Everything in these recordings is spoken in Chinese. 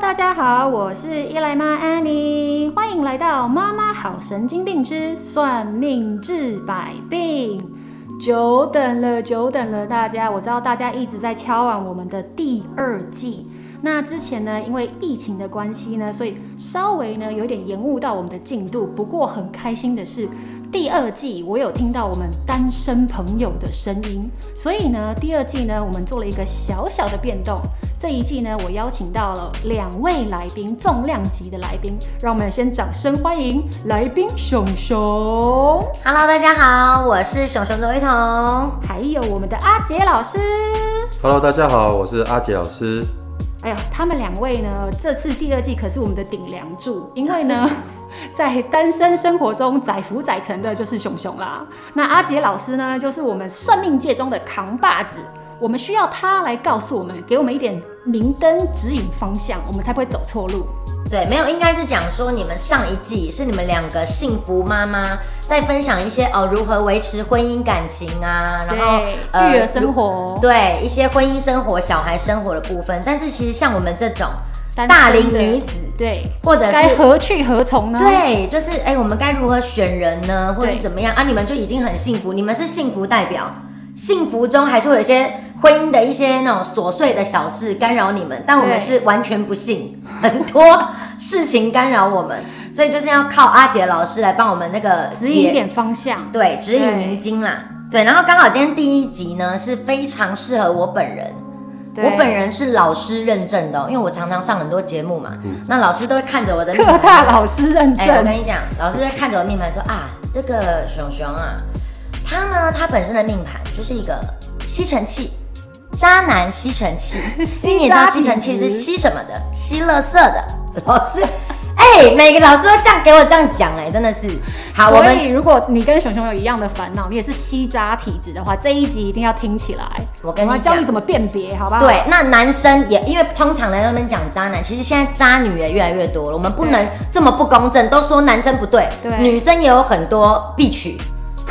大家好，我是伊莱妈安妮，欢迎来到《妈妈好神经病之算命治百病》。久等了，久等了，大家，我知道大家一直在敲碗我们的第二季。那之前呢，因为疫情的关系呢，所以稍微呢有点延误到我们的进度。不过很开心的是，第二季我有听到我们单身朋友的声音，所以呢，第二季呢我们做了一个小小的变动。这一季呢，我邀请到了两位来宾，重量级的来宾，让我们先掌声欢迎来宾熊熊， Hello，大家好，我是熊熊周一彤。还有我们的阿杰老师。 Hello，大家好，我是阿杰老师。哎呀，他们两位呢，这次第二季可是我们的顶梁柱，因为 呢，在单身生活中载浮载沉的就是熊熊啦。那阿杰老师呢，就是我们算命界中的扛把子，我们需要他来告诉我们，给我们一点明灯指引方向，我们才不会走错路。对，没有，应该是讲说你们上一季是你们两个幸福妈妈在分享一些哦如何维持婚姻感情啊，然后对，育儿生活，对一些婚姻生活、小孩生活的部分。但是其实像我们这种单身大龄的女子，对，或者该是。何去何从呢？，对，就是哎、我们该如何选人呢，或对是怎么样啊？你们就已经很幸福，你们是幸福代表，幸福中还是会有一些婚姻的一些那种琐碎的小事干扰你们，但我对们是完全不幸，很多事情干扰我们，所以就是要靠阿杰老师来帮我们那个指引一解点方向。对，指引迷津啦。对，然后刚好今天第一集呢是非常适合我本人，对我本人是老师认证的、哦，因为我常常上很多节目嘛，那老师都会看着我 的各命盘大老师认哎、证，。我跟你讲，老师就会看着我命盘说啊，这个熊熊啊，他呢，他本身的命盘就是一个吸尘器，渣男吸尘器因为你吸知道渣吸尘器体是质吸什么的？吸垃圾的。老师，哎、每个老师都这样给我这样讲，哎，真的是。好，我所们以，如果你跟熊熊有一样的烦恼，你也是吸渣体质的话，这一集一定要听起来。我跟我要你教讲你，怎么辨别，好不好？，对，那男生也因为通常在那边讲渣男，其实现在渣女也越来越多了。我们不能这么不公正，都说男生不对，对女生也有很多必取。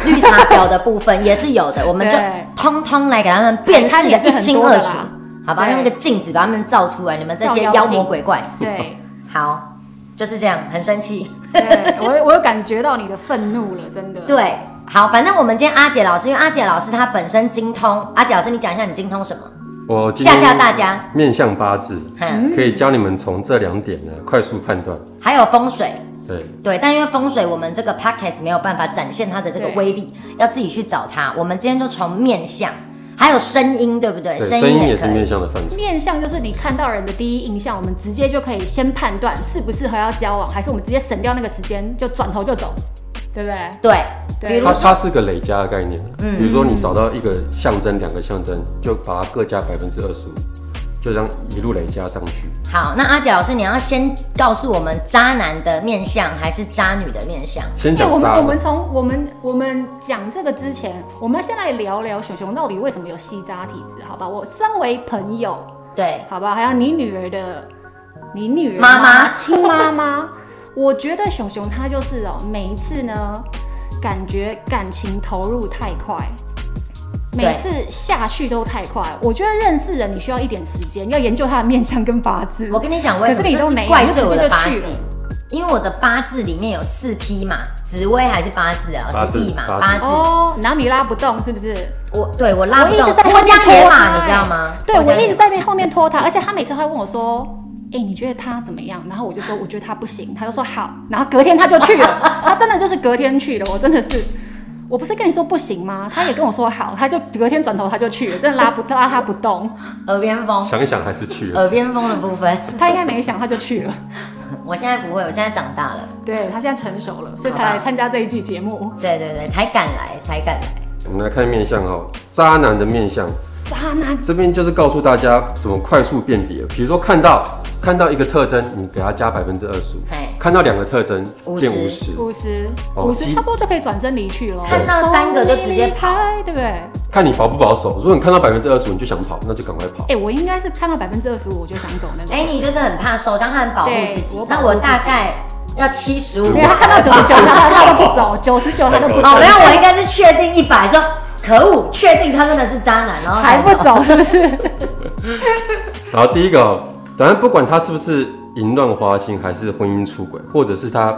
绿茶婊的部分也是有的，我们就对通通来给他们辨看识也的是一很清多的二楚啦，好吧？对用那个镜子把他们照出来，你们这些照妖妖魔镜鬼怪。对，好，就是这样，很生气。对我我有感觉到你的愤怒了，真的。，对，好，反正我们今天阿姐老师，因为阿姐老师她本身精通，阿姐老师你讲一下你精通什么？我今吓天吓大家，面向八字，嗯，可以教你们从这两点呢快速判断。还有风水。对，对，但因为风水，我们这个 podcast 没有办法展现它的这个对威力，要自己去找它。我们今天就从面相，还有声音，对不对？对，声音也是可以面。向的范畴。面相就是你看到人的第一印象，我们直接就可以先判断适不适合要交往，还是我们直接省掉那个时间就转头就走，对不对？对，对比如它说，它是个累加的概念，比如说你找到一个象征，两个象征，就把它各加百分之二十五，就这样一路累加上去。好，那阿姐老师，你要先告诉我们渣男的面相还是渣女的面相？先哎我们讲渣我们男，从我们我们讲这个之前，我们先来聊聊熊熊到底为什么有吸渣体质，好吧？我身为朋友，对，好吧？还有你女儿的，你女儿妈妈亲妈妈， 我觉得熊熊她就是哦，每一次呢，感觉感情投入太快。每对次下去都太快，我觉得认识人你需要一点时间，要研究他的面相跟八字。我跟你讲，为什可么是你这都没是有怪罪我的八你就直接就去字了？因为我的八字里面有四匹嘛，紫薇还是八字啊？八是字地嘛，八八字字。哦，然后你拉不动是不是？我对我拉不我一动，直在拖家后面铁拖马，他你知道吗？对拖我家一铁直马在后面拖他，而且他每次会问我说：“哎、你觉得他怎么样？”然后我就说：“我觉得他不行。”他就说：“好。”然后隔天他就去 了，他真的就是隔天去了。我真的是，我不是跟你说不行吗？他也跟我说好，他就隔天转头他就去了，真的拉 不拉他不动，耳边风，想一想还是去了。耳边风的部分，他应该没想他就去了。我现在不会，我现在长大了。对他现在成熟了，所以才好吧来参加这一季节目。对对对，才敢来，才敢来。我们来看面相哦，渣男的面相，渣男这边就是告诉大家怎么快速辨别，比如说看到看到一个特征，你给它加百分之二十五嘿，看到两个特征50变五十，五十哦五十鸡差不多就可以转身离去了。看到三个就直接跑拍，对不对？看你保不保守。如果你看到百分之二十五你就想跑，那就赶快跑。哎、我应该是看到百分之二十五我就想走那种。哎，你就是很怕受伤，他很保护自对己我。保那护我自己大概要七十五没。啊有，他看到九十九，他他都不走，九十九他都不走，好，没有，我应该是确定一百，说可恶，确定他真的是渣男，然后 还不。走，是不是？然后第一个哦，当然不管他是不是淫乱花心，还是婚姻出轨，或者是他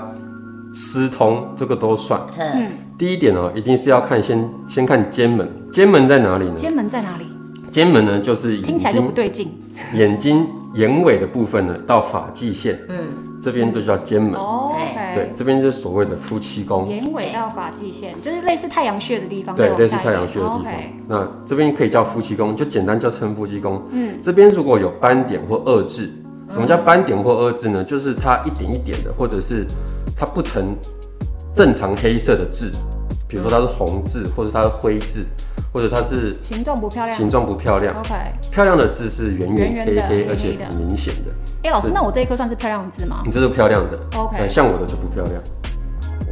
私通，这个都算。嗯，嗯，第一点哦，一定是要看先先看奸门，奸门在哪里呢？肩门在哪里？奸门呢，就是眼听起来就不睛对劲。眼睛眼尾的部分呢，到发际线，嗯，这边都叫奸门。哦哎对， ，OK。这边就是所谓的夫妻宫。眼尾到发际线，就是类似太阳穴的地方。对，再往类哦似下一太点阳哦穴的地 OK 方。那这边可以叫夫妻宫，就简单叫称夫妻宫。嗯，这边如果有斑点或二痣，什么叫斑点或二痣呢？就是它一点一点的，或者是它不成正常黑色的痣，比如说它是红痣，或者它是灰痣，或者它是形状不漂亮。形状不漂亮。 OK。哎、漂亮的痣是圆圆圆圆黑的黑，黑而且黑的很明显的。哎老师，对那我这一颗算是漂亮的字吗你这是漂亮的 OK 呃像我的就不漂亮，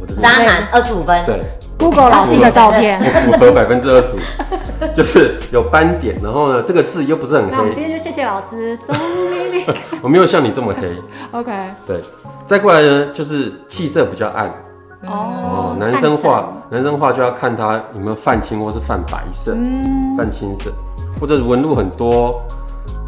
我的渣男二十五分，对。 ？Google 老师的照片。不符合百分之二十五， 就是有斑点，然后呢，这个痣又不是很那我们今黑，天就谢谢老师，送你 礼。我没有像你这么黑。 OK。对，再过来呢，就是气色比较暗哦哦。男看生画，男生画就要看他有没有泛青或是泛白色、嗯，泛青色，或者纹路很多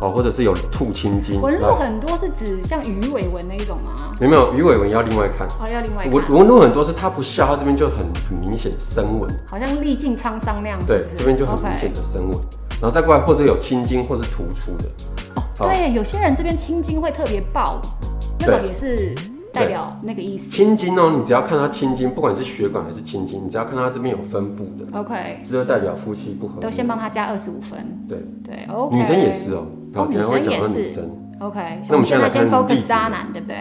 哦，或者是有吐青筋。纹路那很多是指像鱼尾纹那一种吗？有没有鱼尾纹要另外看，哦，要另外纹看，纹路很多是他不笑，他这边就很很明显的深纹。好像历尽沧桑那样子。对是不，是这边就很明显。的深纹，然后再过来或者有青筋或是突出的。 OK 对，有些人这边青筋会特别爆，那种对也是代表那个意思。青筋哦，你只要看它青筋，不管是血管还是青筋，你只要看它这边有分布的， OK，这就代表夫妻不和睦。都先帮他加二十五分。对，对，OK。女生也是哦，好，等一下会讲到女生也女是生。 OK，那我们现先在来先看例 focus 子渣男，对不对？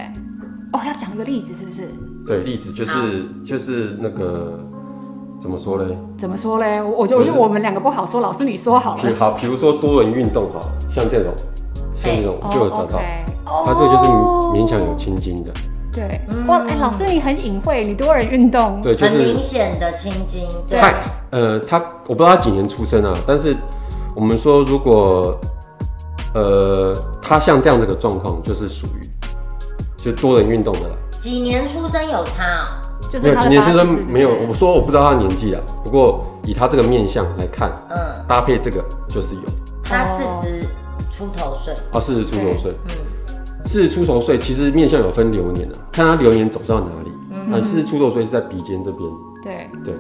哦，要讲一个例子是不是？对，例子就是就是那个怎么说嘞？怎么说嘞？我我就因为我们两个不好说，老师你说好比了。好，比如说多人运动好，像这种，像这种就有找到，哎哦它这个就是勉强有青筋的，对，嗯哇，哎，老师你很隐晦，你多人运动，对，就很是明显的青筋，对，看，呃，他我不知道他几年出生啊，但是我们说如果呃他像这样子的状况，就是属于就多人运动的啦。几年出生有差哦，就没是有他的几年八字出是生不是没有，我说我不知道他的年纪啊，不过以他这个面相来看，嗯，搭配这个就是有他四哦十出头岁，啊，四十出头岁，嗯，四十出头岁其实面相有分流年啊，看他流年走到哪里。嗯啊，四十出头岁是在鼻尖这边，对，对，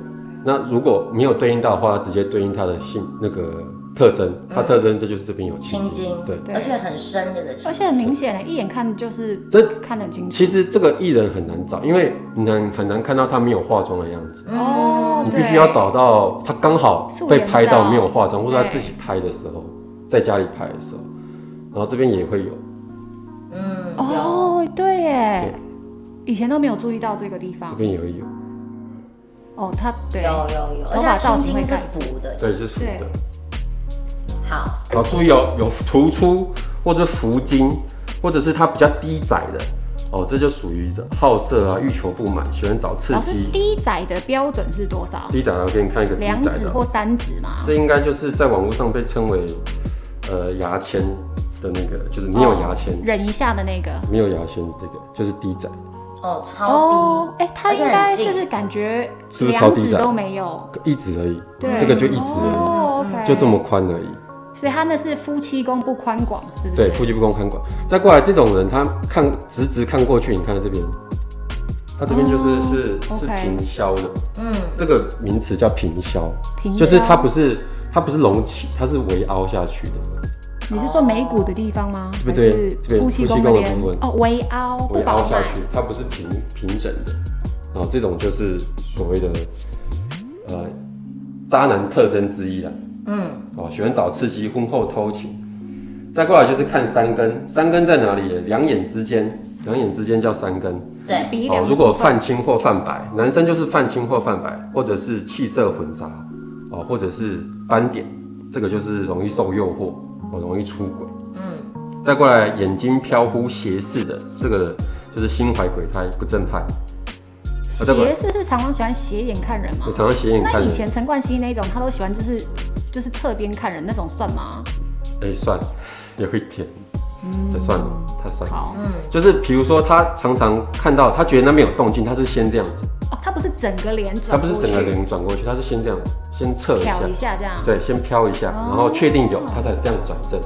那如果没有对应到的话，直接对应它的性那个特征，嗯它特征这就是这边有青筋，对，对而且很深的的青而且很明显，一眼看就是这看得很清楚。其实这个艺人很难找，因为你很很难看到他没有化妆的样子，嗯哦你对必须要找到他刚好被拍素颜照到没有化妆，或者他对自己拍的时候，在家里拍的时候，然后这边也会有，嗯，有，哦，对耶对，以前都没有注意到这个地这方。边也会有，哦，他对，有有有，而头且发它造青型会筋是改浮的，对，就是浮的对。好，好，注意哦，有突出或者浮筋，或者是它比较低窄的，哦，这就属于好色啊，欲求不满，喜欢找刺老师激。低窄的标准是多少？低窄的，我给你看一个低两窄指的或哦，三指嘛？这应该就是在网络上被称为呃牙签的那个，就是没有牙签，哦忍一下的那个。没有牙签的这个就是低窄，哦，超低，哎，他而且应很该近就是感觉是不是超两低指窄都没有，一指而已对，，这个就一指而哦嗯，OK，已，就这么宽而已。所以他那是夫妻宫不宽广，是不是？对，夫妻不公看管。再过来这种人，他看直直看过去，你看到这边，他这边就是、哦是 OK 是平削的。嗯，这个名词叫平削，平就是它腰不是它不是隆起，它是围凹下去的，你是说眉骨的地方吗？这边还是这边夫妻宫夫妻宫那的边部分哦，围凹不围凹饱下满。去，它不是平平整的。然后这种就是所谓的呃渣男特征之一啦。嗯，哦，喜欢找刺激，婚后偷情。再过来就是看三根，三根在哪里？两眼之间，两眼之间叫三根。对，鼻梁哦的，如果部分泛青或泛白，男生就是泛青或泛白，或者是气色混杂，哦，或者是斑点，这个就是容易受诱惑，哦，容易出轨。嗯，再过来，眼睛飘忽斜视的，这个就是心怀鬼胎，不正派。啊这个斜视是常常喜欢斜眼看人吗我？常常斜眼那看以人，前陈冠希那种，他都喜欢就是就是侧边看人那种算吗？哎、算了，有一点，这算了，他算了。好，就是比如说，他常常看到，他觉得那边有动静，他是先这样子，哦，他不是整个脸他转不过去，是整个脸转啊过去，他是先这样，先侧一下挑一，下这样。对，先飘一下，然后确定有，他才这样转正。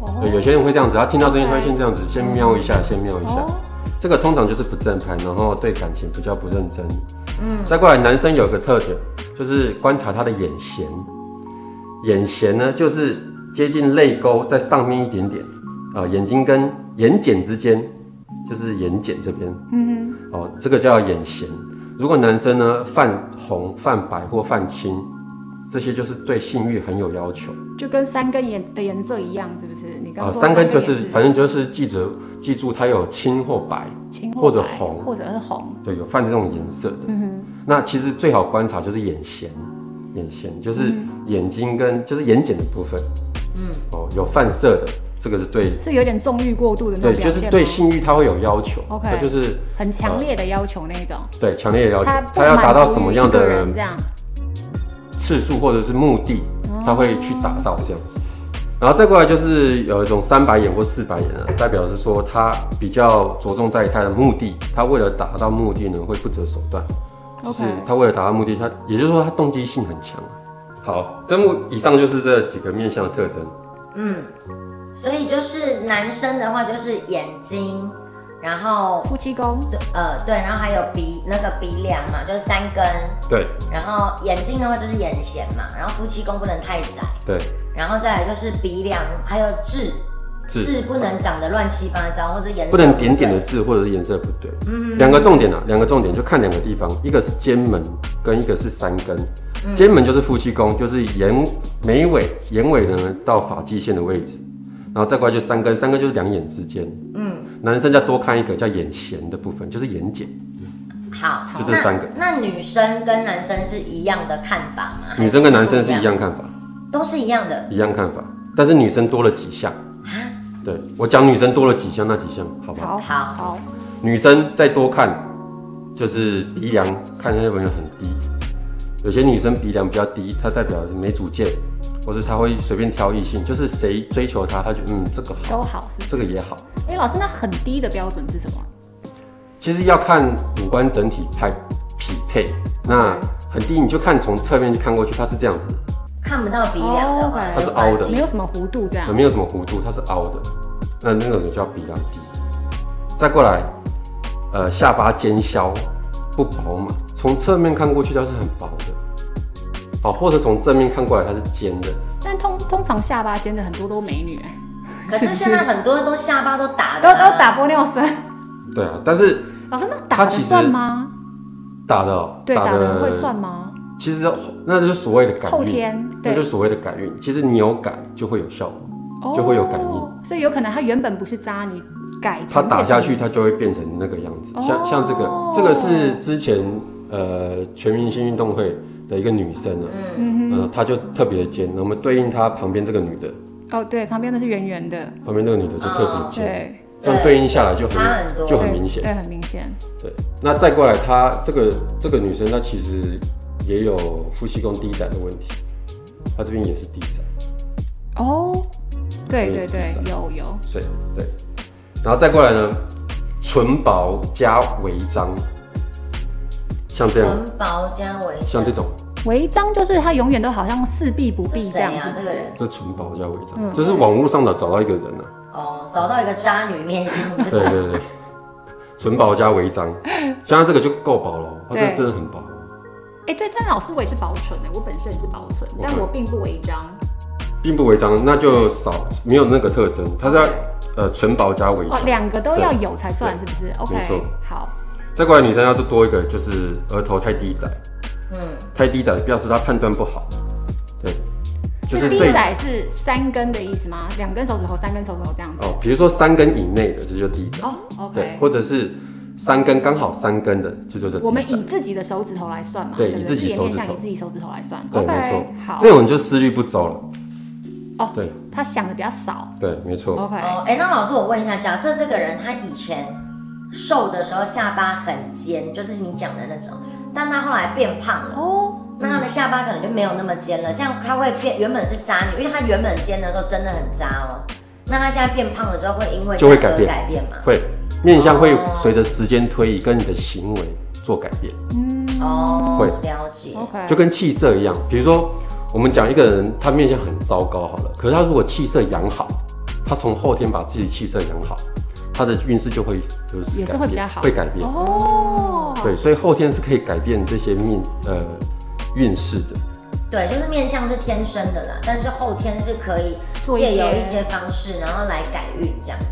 哦对，有些人会这样子，他啊听到声音他会先这样子，先嗯瞄一下，先瞄一下。哦，这个通常就是不正派，然后对感情比较不认真。嗯，再过来，男生有个特点，就是观察他的眼弦。眼弦呢，就是接近泪沟，在上面一点点，啊、眼睛跟眼睑之间，就是眼睑这边，嗯哦，这个叫眼弦。如果男生呢泛红、泛白或泛青，这些就是对性欲很有要求。哼，就跟三根颜的颜色一样，是不是？你刚啊、刚说三根就是颜色反正就是记着记住它有青或白，青或者白红或者是红，对，有泛这种颜色的。嗯哼，那其实最好观察就是眼弦，眼弦就是嗯眼睛跟就是眼睑的部分，嗯嗯，哦，有泛色的，这个是对，是有点纵欲过度的那对，种就表是现对吗性欲它会有要求 OK 它就是很强烈的要求那一种，对强烈的要求他，不哦它要达到满足什么于样一个的人这样？次数或者是目的，它会去达到这样子。然后再过来就是有一种三白眼或四白眼啊，代表是说他比较着重在他的目的，他为了达到目的呢会不择手段，就 OK 是他为了达到目的，他也就是说他动机性很强。啊好，这目以上就是这几个面相的特征。嗯，所以就是男生的话就是眼睛，然后夫妻宫，对呃对，然后还有鼻那个鼻梁嘛，就是三根，对然后眼睛的话就是眼线嘛，然后夫妻宫不能太窄，对，然后再来就是鼻梁，还有痣，痣痣不能长得乱七八糟，或者颜色不能点点的对，痣或者是颜色不对。嗯两个重点啊，两个重点就看两个地方，一个是肩门跟一个是三根。嗯肩门就是夫妻宫，就是眼眉尾，眼尾呢到发际线的位置，然后再过来就三根，三根就是两眼之间。嗯，男生再多看一个叫眼弦的部分，就是眼睑。好，就这三个那。那女生跟男生是一样的看法吗？女生跟男生是一还样看法，啊不，都是一样的一样看法，但是女生多了几项。啊。对我讲女生多了几项，那几项好不好？好好好，女生再多看，就是鼻梁看有没有很低，有些女生鼻梁比较低，它代表没主见，或是她会随便挑异性，就是谁追求她，她就嗯这个好，都好是不是这个也好。哎、老师，那很低的标准是什么？其实要看五官整体拍匹配，那很低你就看从侧面看过去，它是这样子的，看不到鼻梁的话，哦它是凹的没有什么弧度这样有。呃没有什么弧度，它是凹的，那那种就叫鼻梁低。再过来，呃，下巴尖削，不饱满，从侧面看过去它是很薄的，哦，或者从正面看过来它是尖的，但通通常下巴尖的很多都美女、哎，可是现在很多都下巴都打都的 啊、都打玻尿酸。对啊，但是老师，那打它的其实算吗？打的哦对，打的会算吗？其实哦那就是所谓的改后运，天那就对是，所谓的改运。其实你有改就会有效果，哦就会有感应。所以有可能他原本不是渣，你改它成打变下成去它就会变成那个样子。哦像像这个，这个是之前呃全明星运动会的一个女生啊，嗯，嗯呃，她就特别尖，那我们对应她旁边这个女的，哼，哦对，旁边的是圆圆的，旁边这个女的就特别尖，哦对，这样对应下来就差很多很就很对明显。对，很明显。对，那再过来，她这个这个女生，她其实也有夫妻宫低窄的问题，她这边也是低窄，哦，对对这个对是低，有有，所以对，然后再过来呢，唇薄加违章，像这嗯样，唇薄加微，像这种，违章就是他永远都好像似必不是必这谁样，啊？是这不个是？人这唇薄加违章，嗯这是网络上的找到一个人啊，哦，找到一个渣女面 相，对对对，唇薄加违章，像它这个就够薄了哦，它这对真的很薄。哎，对，但老师我也是薄唇的，我本身也是薄唇，我但我并不违章。并不违章，那就少没有那个特征，它是要呃唇薄加违章哦，。两个都要对有才算，是不是没错？OK，好，再过来女生要多一个就是额头太低窄，嗯，太低窄表示她判断不好，对，就是低对仔是三根的意思吗？两根手指头，三根手指头这样子。哦，比如说三根以内的这就低窄，哦对， ，OK，或者是三根刚好三根的这就是我低们窄以，自己的手指头来算嘛，对不以自己这也面手指向头以自己手指头来算。对， OK，没好错，，这种就思虑不周了，哦对他想的比较少。对，没错， OK，哦，哎、那老师我问一下，假设这个人他以前瘦的时候下巴很尖，就是你讲的那种，但他后来变胖了。哦，那他的下巴可能就没有那么尖了，这样他会变原本是渣女，因为他原本尖的时候真的很渣哦。那他现在变胖了之后，会因为就会这样改而变改变嘛？会面相会哦随着时间推移跟你的行为做改变。嗯，哦，会了解。 ，OK，就跟气色一样，比如说我们讲一个人他面相很糟糕好了，可是他如果气色养好，他从后天把自己气色养好，他的运势就会就是也是改会比变较好会改变。哦，对，所以后天是可以改变这些命呃运势的。对，就是面相是天生的啦，但是后天是可以做一借由些一些方式，然后来改运这样子。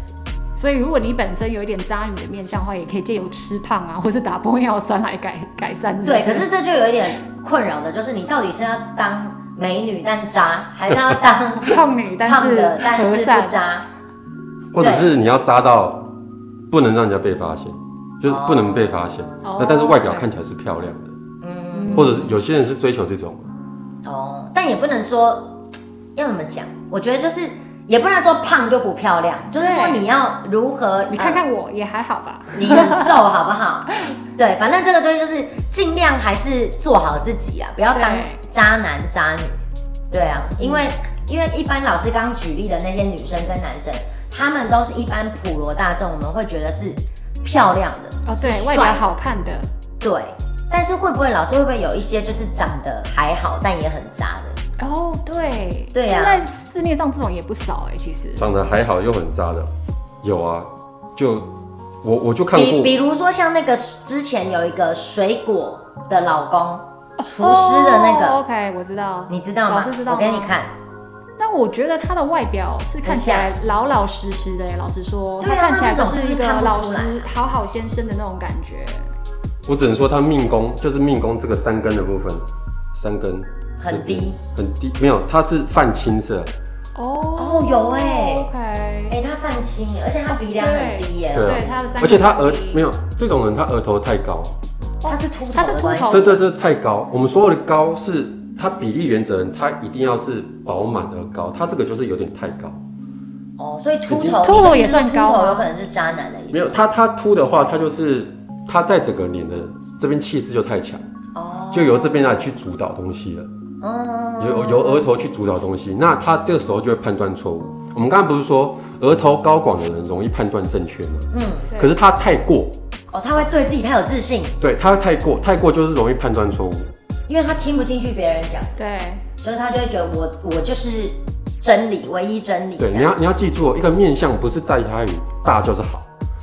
所以如果你本身有一点渣女的面相的话，也可以借由吃胖啊，或是打玻尿酸来改改善。对，可是这就有一点困扰的，就是你到底是要当美女但渣，还是要当胖女， 但胖是的但和是善不，渣？或者是你要扎到不能让人家被发现，就是不能被发现。哦那但是外表看起来是漂亮的，嗯，或者是有些人是追求这种，哦，但也不能说要怎么讲，我觉得就是也不能说胖就不漂亮，就是说对你要如何呃你看看我也还好吧。你很瘦好不好？对，反正这个东西就是尽量还是做好自己啊，不要当对嗯渣男渣女。对啊，因为、因为一般老师刚刚举例的那些女生跟男生，他们都是一般普罗大众，我们会觉得是漂亮的哦，对是外表帅的好看的，对。但是会不会老师会不会有一些就是长得还好但也很渣的？哦，对，对啊现在市面上这种也不少哎、其实长得还好又很渣的，有啊，就我我就看比过比如说像那个之前有一个水果的老公，厨师的那个， o k 哦我知道。你知道吗？老师知道我给你吗看。但我觉得他的外表是看起来老老实实的、哎，老实说，对啊他看起来就是一那个这种老是不是实看不出好好先生的那种感觉。我只能说他命宫就是命宫这个三根的部分，三根很低，很低，没有，它是泛青色，哦哦有哎 OK，哎、他泛青耶，而且他鼻梁很低耶，对啊对，他的三，而且他额没有，有这种人，他额头太高，他是秃头，他是秃哦头这这这太高。我们所有的高是它比例原则，它一定要是饱满而高，它这个就是有点太高。哦，所以秃头，秃头也算高秃头吗有可能是渣男的意没思有，它它凸的话，它就是它在整个脸的这边气势就太强，哦，就由这边来去主导东西了，嗯由由额头去主导东西，那他这个时候就会判断错误。我们刚刚不是说额头高广的人容易判断正确吗？嗯，对可是他太过，哦，他会对自己太有自信，对他太过太过就是容易判断错误。因为他听不进去别人讲，对，就是他就会觉得我我就是真理，唯一真理，对，你要你要记住哦，一个面相不是在于它有大就是好，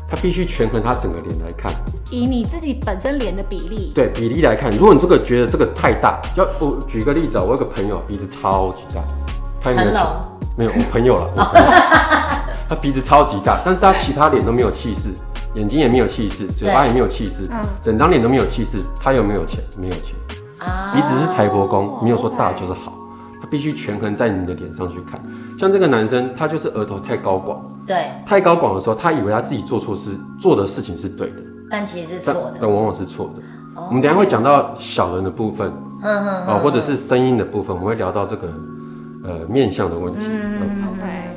它必须权衡它整个脸来看，以你自己本身脸的比例，对比例来看。如果你这个觉得这个太大，要我举一个例子啊，我有个朋友鼻子超级大，他有没有成气龙？没有，我朋友了，我朋友，他鼻子超级大，但是他其他脸都没有气势，眼睛也没有气势，嘴巴对也没有气势嗯，整张脸都没有气势。他有没有钱？没有钱。啊你只是财帛宫哦，没有说大 OK 就是好，他必须权衡在你的脸上去看。像这个男生，他就是额头太高广。对，太高广的时候，他以为他自己做错事，做的事情是对的，但其实是但错的，但往往是错的。哦我们等一下会讲到小人的部分啊、嗯嗯或者是声音的部分，我们会聊到这个呃面相的问题。嗯嗯 OK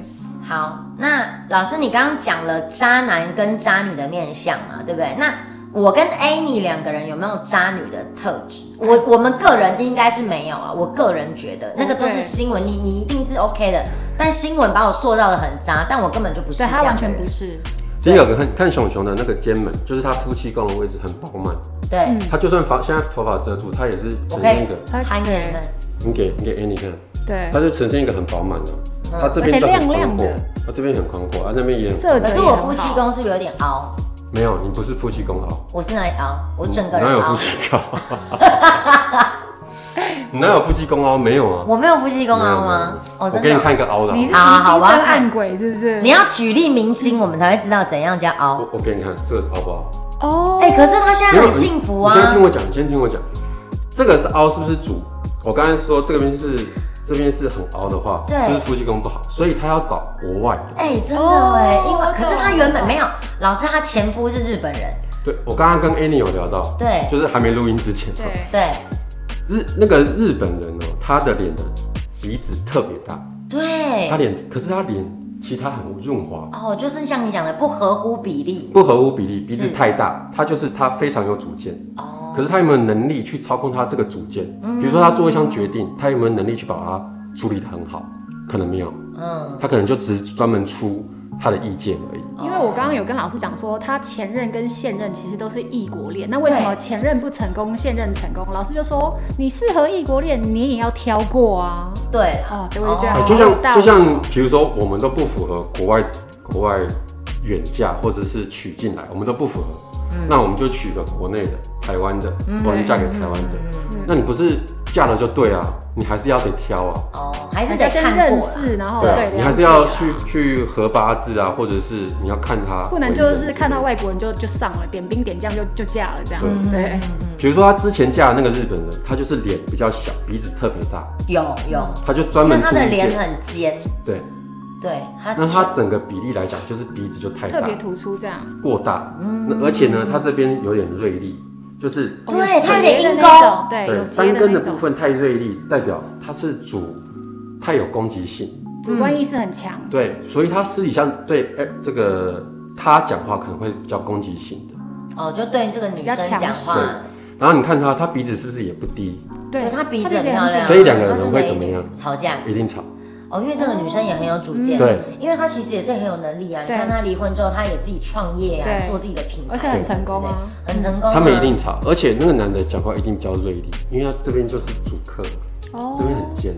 好，那老师，你刚刚讲了渣男跟渣女的面相嘛，对不对？那我跟 Annie 两个人有没有渣女的特质？我我们个人应该是没有啊，我个人觉得那个都嗯是对新闻，你你一定是 OK 的，但新闻把我塑造的很渣，但我根本就不是对，这他样完的全人不是，第一个看看熊熊的那个肩门，就是他夫妻宫的位置很饱满，对，嗯他就算发现在头发遮住，他也是呈 OK 现一个，他拍给人看，你给你给 Annie 看，对他，就呈现一个很饱满的，嗯他这嗯边而且都很亮宽亮的阔，他这边很宽阔，他啊那边也很色泽可也是我很夫妻好宫是有点凹，没有，你不是夫妻宫好。我是哪里凹？我你整个哪人有凹夫，妻宫？你哪有夫妻宫凹？没有啊。我没有夫妻宫没有凹吗？没有哦，我真给你的哦。看一个凹的好你了。是疑好好好心我要生看暗鬼是不是？你要举例明星，我们才会知道怎样叫凹。我我给你看，这个是凹不凹？哦，哎、可是他现在嗯没有很幸福你你先听啊。我讲，你先听我讲。这个是凹，是不是主？我刚才说这边是这边是很凹的话，对就是夫妻宫不好，所以他要找国外的。哎、真的哎、哦因我为懂可是他原本没有，老师他前夫是日本人，对，我刚刚跟 Annie 有聊到，对就是还没录音之前，对，对日那个日本人哦，他的脸的鼻子特别大，对，他脸可是他脸其实他很润滑，哦，就是像你讲的不合乎比例不合乎比例，鼻子是太大，他就是他非常有主见。哦，可是他有没有能力去操控他这个组件？嗯比如说他做一项决定，他有没有能力去把它处理得很好？可能没有，嗯他可能就只是专门出他的意见而已。因为我刚刚有跟老师讲说，他前任跟现任其实都是异国恋，那为什么前任不成功，现任成功？老师就说你适合异国恋，你也要挑过啊。对啦，哦，对，我就觉得哎好哎，有就道理像就像，比如说，我们都不符合国外国外远嫁或者是娶进来，我们都不符合，嗯那我们就娶个国内的台湾的，或者是嫁给台湾的。嗯那你不是嫁了就对啊，你还是要得挑啊，哦，还还是是得要先看认过啦。识，然后对啊哦对，你还是了解要啦去去合八字啊，或者是你要看他，不能就是看到。外国人就就上了，点兵点将就就嫁了这样。对对，比如说她之前嫁的那个日本人，她就是脸比较小，鼻子特别大，有有，她就专因为门他出的一脸件。很尖，对，对他那她整个比例来讲，就是鼻子就太特大别，嗯突出这样。过大。那而且呢，她这边有点锐利，就是对他有点哦节的鹰那钩种，对，有对节的三根的那部种，分太锐利，代表她是主太有攻击性。主观意识很强。对，所以她私底下对哎、这个她讲话可能会比较攻击性的。哦，就对这个女比生较强讲势话，然后你看她，她鼻子是不是也不低？对对，她鼻子很漂亮，啊所以两个人会怎她么样是美女吵架？一定吵。哦，因为这个女生也很有主见，嗯对，因为她其实也是很有能力啊。你对看她离婚之后，她也自己创业啊，对做自己的品牌，而且很成功啊，很成功啊。他们一定吵，嗯而且那个男的讲话一定比较锐利，因为他这边就是主客，这边哦，很尖。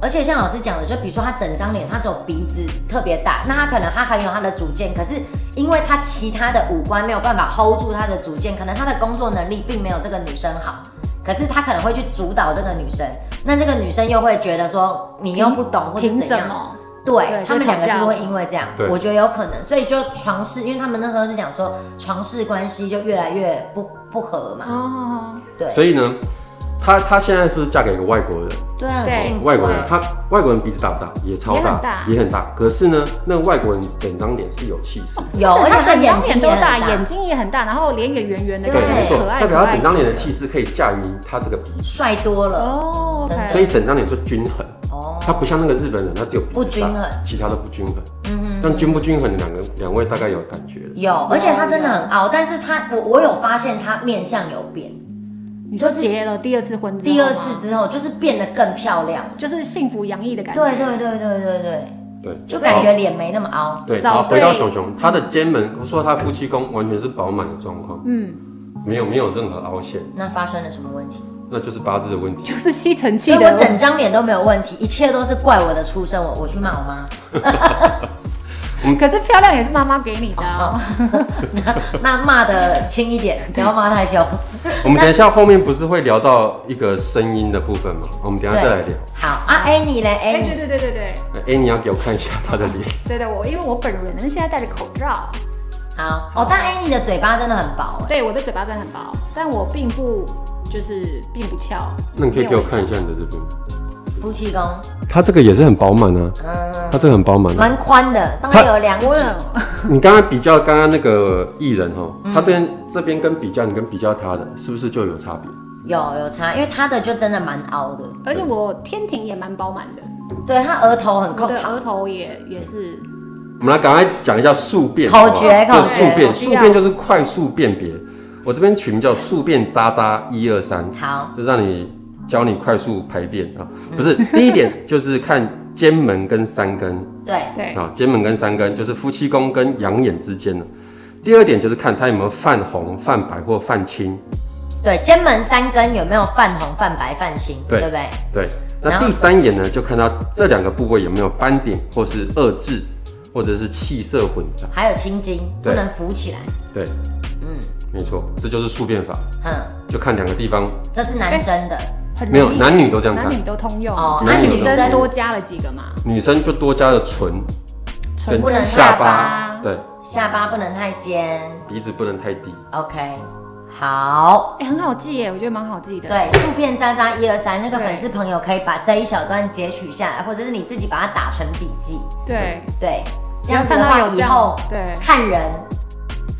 而且像老师讲的，就比如说她整张脸，她只有鼻子特别大，那她可能她很有她的主见，可是因为她其他的五官没有办法 hold 住她的主见，可能她的工作能力并没有这个女生好，可是她可能会去主导这个女生，那这个女生又会觉得说你又不懂或者凭怎什样，么？对对他们就吵两个是架不是会了因为这样对，我觉得有可能，所以就床事，因为他们那时候是讲说床事关系就越来越不不和嘛，哦，对，所以呢，她她现在是不是嫁给一个外国人？对啊，对很幸福啊外国人，她外国人鼻子大不大？也超也很大也很大。可是呢，那外国人整张脸是有气势，有，哦而且他他整眼张睛脸也都很大，大，眼睛也很大，然后脸也圆圆的，对感没觉错可，爱代表可她爱整张脸的型气势可以驾驭她这个鼻子，帅多了，哦，OK，所以整张脸就均衡。哦，她不像那个日本人，她只有鼻子大不均衡其他都不均衡。嗯嗯这样均不均衡，两个两位大概有感觉了。有，而且他真的很傲，但是他我我有发现他面相有变，你说就是结了第二次婚之后吗，第二次之后就是变得更漂亮，就是幸福洋溢的感觉，对对对对对对，对，就感觉脸没那么凹，对，找好，回到对熊熊，他的肩门，我说他夫妻宫完全是饱满的状况，嗯，没有没有任何凹陷，那发生了什么问题？那就是八字的问题。就是吸尘器所以我的整张脸都没有问题，一切都是怪我的出生，我我去骂我妈。 可是漂亮也是妈妈给你的 啊、那骂的轻一点，不要骂太凶。我们等一下后面不是会聊到一个声音的部分吗？我们等一下再来聊。好啊，Annie 嘞哎、对，Annie，对对对对哎、你要给我看一下 他的脸，对对，我因为我本人现在戴着口罩，好哦，但 Annie 的嘴巴真的很薄哎，对我的嘴巴真的很薄，但我并不就是并不翘。那你可以给我看一下你的这边，欸夫妻宫，他这个也是很饱满啊，嗯，他这个很饱满、啊。蛮宽的，大概有两指我有，你刚刚比较刚刚那个艺人哦，嗯他这边这边跟比较你跟比较他的，是不是就有差别？有有差，因为他的就真的蛮凹的，而且我天庭也蛮饱满的，对他额头很我空的膛，额头也也是，我们来赶快讲一下宿便，口诀好口诀不好对宿便，需宿要便就是快速辨别。我这边取名叫宿便渣渣一二三，好，就让你教你快速排便啊。嗯不是，第一点就是看肩门跟三 根对，对，啊，肩门跟三根就是夫妻宫跟阳眼之间的。第二点就是看它有没有泛红、泛白或泛青。对，肩门三根有没有泛红、泛白、泛青，对对不对？对，然那后第三眼呢，就看它这两个部位有没有斑点或是恶痣，或者是气色混杂。还有青筋不对能浮起来，对，嗯没错，这就是宿便法，哼，就看两个地方这是男生的，很容易没有，男女都这样男看嗯女，都通用，哦只是男女女都生通多加了几个嘛，女生就多加了唇唇不能下下巴对，下巴不能太尖鼻子不能太低。 ，OK，好。哎、很好记耶，我觉得蛮好记的。对，树变渣渣一二三，那个对粉丝朋友可以把这一小段截取下来，或者是你自己把它打成笔记。对，对，这只要样子看的到话，有这以样后对看人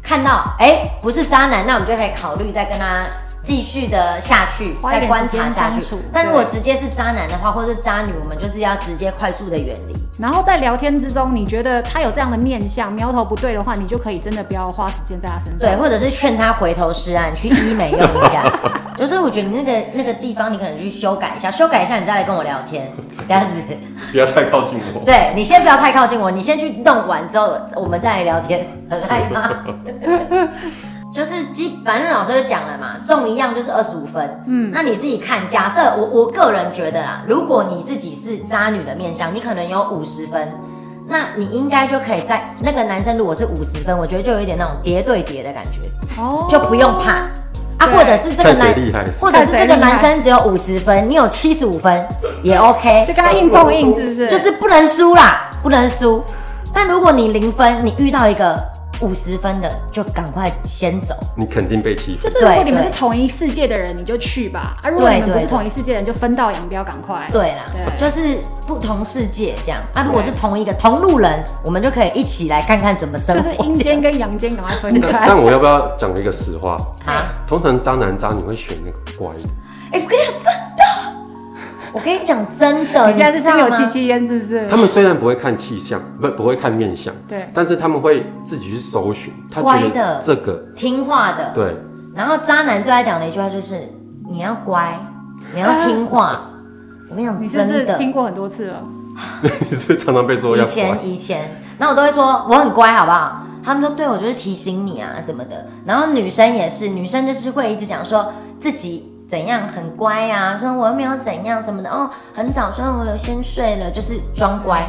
看到哎、不是渣男，那我们就可以考虑再跟他继续的下去，花一再点观时察间下相去处。但如果对直接是渣男的话，或者是渣女，我们就是要直接快速的远离。然后在聊天之中，你觉得他有这样的面相，苗头不对的话，你就可以真的不要花时间在他身上。对，或者是劝他回头是岸，去医美用一下。 就是我觉得你那个那个地方，你可能去修改一下，修改一下，你再来跟我聊天，这样子。不要太靠近 我。对你先不要太靠近我，你先去弄完之后，我们再来聊 天，很害怕。就是基，反正老师就讲了嘛，中一样就是二十五分。嗯，那你自己看，假设我我个人觉得啦，如果你自己是渣女的面相，你可能有五十分，那你应该就可以在那个男生如果是五十分，我觉得就有一点那种叠对叠的感觉，哦就不用怕啊，对或者是这个看谁男厉害或者是这个男生只有五十分，你有七十五分也 OK，就跟他硬碰硬，是不是？就是不能输啦，不能输。但如果你零分，你遇到一个五十分的，就赶快先走。你肯定被欺负就。是，如果你们对是同一世界的人，你就去吧；啊，如果对你们不是对同一世界的人，就分道扬镳，赶快。对啦，对就是不同世界这样。啊，如果是同一个同路人，我们就可以一起来看看怎么生就活。是阴间跟阳间赶快分但开。 但我要不要讲一个实话？啊！通常渣男渣女会选那个乖的， 哎、我跟你讲真的，我跟你讲真的， 你现在是知道心有吗戚戚焉，是不是他？们虽然不会看气象，不不会看面相，对，但是他们会自己去搜寻，他乖觉的得这个听话的。对， 然后渣男最爱讲的一句话就是：你要乖，你要听话。我跟你讲，你是不真是的，听过很多次了？你是不是常常被说要以乖前，以前，那我都会说我很乖，好不好？他们说对我就是提醒你啊什么的。然后女生也是，女生就是会一直讲说自己怎样很乖呀、啊，说我又没有怎样什么的。哦，很早，所以我有先睡了，就是装乖，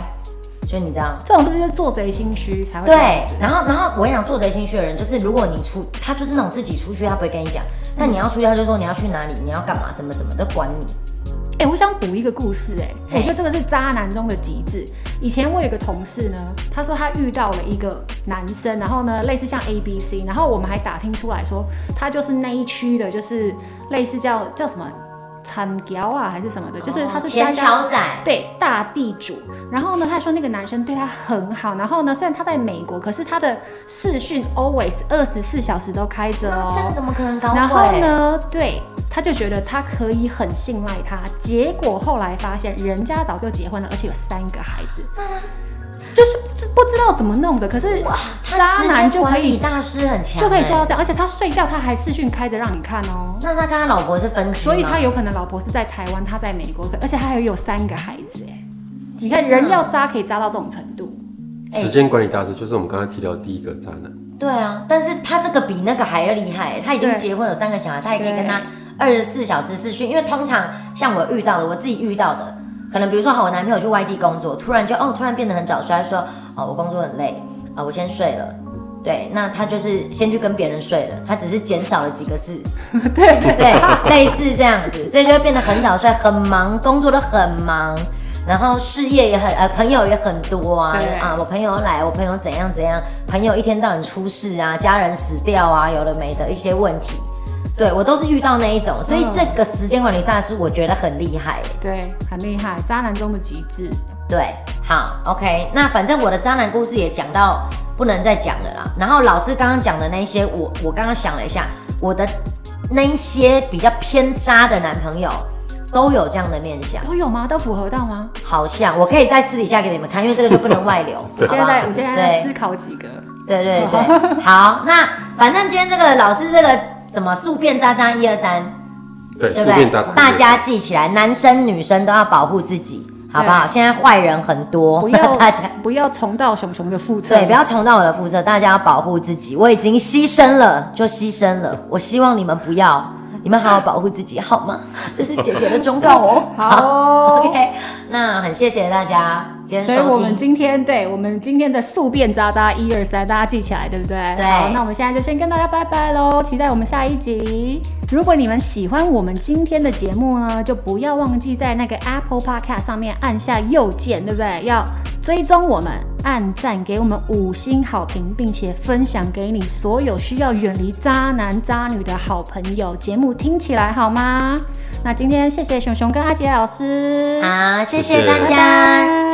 就你知道。这种是不是就是做贼心虚才会？对，，然后然后我跟你讲，做贼心虚的人，就是如果你出，他就是那种自己出去，他不会跟你讲，但你要出去，他就说你要去哪里，你要干嘛，什么什么都管你。哎、我想补一个故事、哎，嘿我觉得这个是渣男中的极致。以前我有一个同事呢，他说他遇到了一个男生，然后呢，类似像 A B C，然后我们还打听出来说，他就是那一区的，就是类似叫叫什么惨条啊，还是什么的，就是他是哦家田家乔仔，对大地主。然后呢，他说那个男生对他很好，然后呢，虽然他在美国，可是他的视讯 always 二十四小时都开着哦。这样怎么可能搞然后鬼？呢，对，他就觉得他可以很信赖他，结果后来发现人家早就结婚了，而且有三个孩子，啊就是不知不知道怎么弄的。可是他渣时男间就可管理以大师很强、欸，就可以做到这样，而且他睡觉他还视讯开着让你看哦。那他跟他老婆是分居吗，所以他有可能老婆是在台湾，他在美国，可而且他还有三个孩子哎。你看人要渣可以渣到这种程度， 哎时间管理大师就是我们刚才提到的第一个渣男。对啊，但是他这个比那个还要厉害欸、他已经对结婚有三个小孩，他也可以对跟他二十四小时视讯，因为通常像我遇到的，我自己遇到的，可能比如说好，我男朋友去外地工作，突然就哦，突然变得很早睡，他说哦，我工作很累啊、我先睡了。对，那他就是先去跟别人睡了，他只是减少了几个字，对对，类似这样子，所以就会变得很早睡，很忙，工作都很忙，然后事业也很呃，朋友也很多啊对啊，我朋友来，我朋友怎样怎样，朋友一天到晚出事啊，家人死掉啊，有的没的一些问题，对我都是遇到那一种，所以嗯这个时间管理大师我觉得很厉害耶、欸对，很厉害，渣男中的极致。对，好，OK，那反正我的渣男故事也讲到不能再讲了啦。然后老师刚刚讲的那一些，我我刚刚想了一下，我的那一些比较偏渣的男朋友都有这样的面相，都有吗？都符合到吗？好像我可以在私底下给你们看，因为这个就不能外流， 我好现不好在我现在在对思考几个。对 对对，好，那反正今天这个老师这个怎么宿便渣渣一二三。对，对书不面对渣？男。大家记起来，男生女生都要保护自己，好不好？现在坏人很多，不要 大家不要重蹈熊熊的覆辙，对，不要重蹈我的覆辙，大家要保护自己。我已经牺牲了，就牺牲了。我希望你们不要，你们好好保护自己，好吗？ 这是姐姐的忠告哦。好哦 OK，那很谢谢大家今所天以收我们听。今天对我们今天的宿便渣渣一二三，大家记起来，对不对？对好，那我们现在就先跟大家拜拜喽，期待我们下一集。如果你们喜欢我们今天的节目呢，就不要忘记在那个 Apple Podcast 上面按下右键，对不对？要追踪我们，按赞给我们五星好评，并且分享给你所有需要远离渣男渣女的好朋友。节目听起来好吗？那今天谢谢熊熊跟阿杰老师，好，谢谢谢谢大拜家。拜